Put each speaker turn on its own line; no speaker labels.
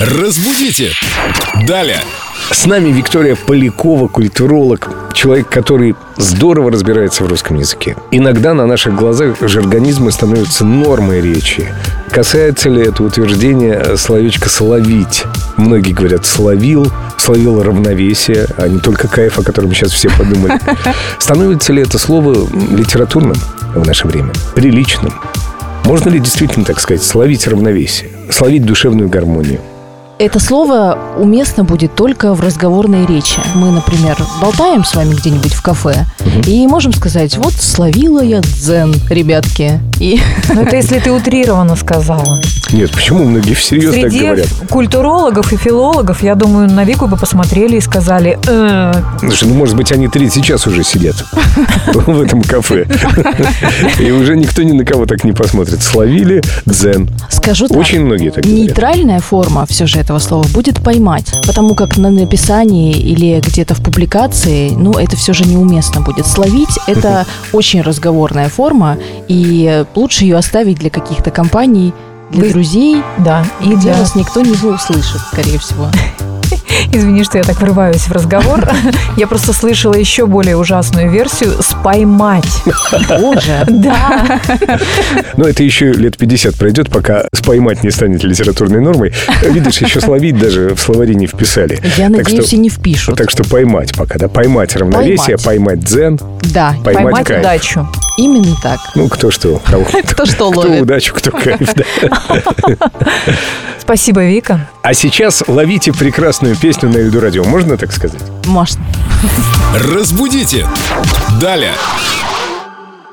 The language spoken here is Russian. Разбудите! Далее!
С нами Виктория Полякова, культуролог, человек, который здорово разбирается в русском языке. Иногда на наших глазах жаргонизмы становятся нормой речи. Касается ли это утверждение словечка «словить»? Многие говорят «словил», «словил равновесие», а не только кайф, о котором сейчас все подумали. Становится ли это слово литературным в наше время? Приличным? Можно ли действительно, так сказать, словить равновесие? Словить душевную гармонию?
Это слово уместно будет только в разговорной речи. Мы, например, болтаем с вами где-нибудь в кафе и можем сказать, вот словила я дзен, ребятки. И
Ну, это если ты утрированно сказала.
Нет, почему многие всерьез так
Среди
говорят?
культурологов и филологов, я думаю, на Вику бы посмотрели и сказали, «Э,
Слушай, ну, может быть, они три сейчас уже сидят в этом кафе. И уже никто ни на кого так не посмотрит. Словили дзен.
скажу так.
Очень многие так говорят.
Нейтральная форма все же этого слова будет поймать, потому как на написании или где-то в публикации, ну, это все же неуместно будет. Словить – это очень разговорная форма, и лучше ее оставить для каких-то компаний, для
Вы-
друзей,
да, и
где
для...
нас никто не услышит, скорее всего.
Извини, что я так врываюсь в разговор. Я просто слышала еще более ужасную версию «споймать».
Боже,
Да,
Но это еще лет 50 пройдет, пока споймать не станет литературной нормой. Видишь, еще словить даже в словари не вписали.
я
Так
надеюсь,
что-
и не впишут.
Так что поймать пока, да? Поймать равновесие, поймать дзен,
Да,
поймать
поймать
кайф.
удачу.
именно так.
Ну, кто что, кого-
Кто что
кто
ловит.
удачу, кто кайф, да.
Спасибо, Вика.
А сейчас ловите прекрасную песню на Эльду Радио. Можно так сказать?
Можно.
Разбудите! Далее!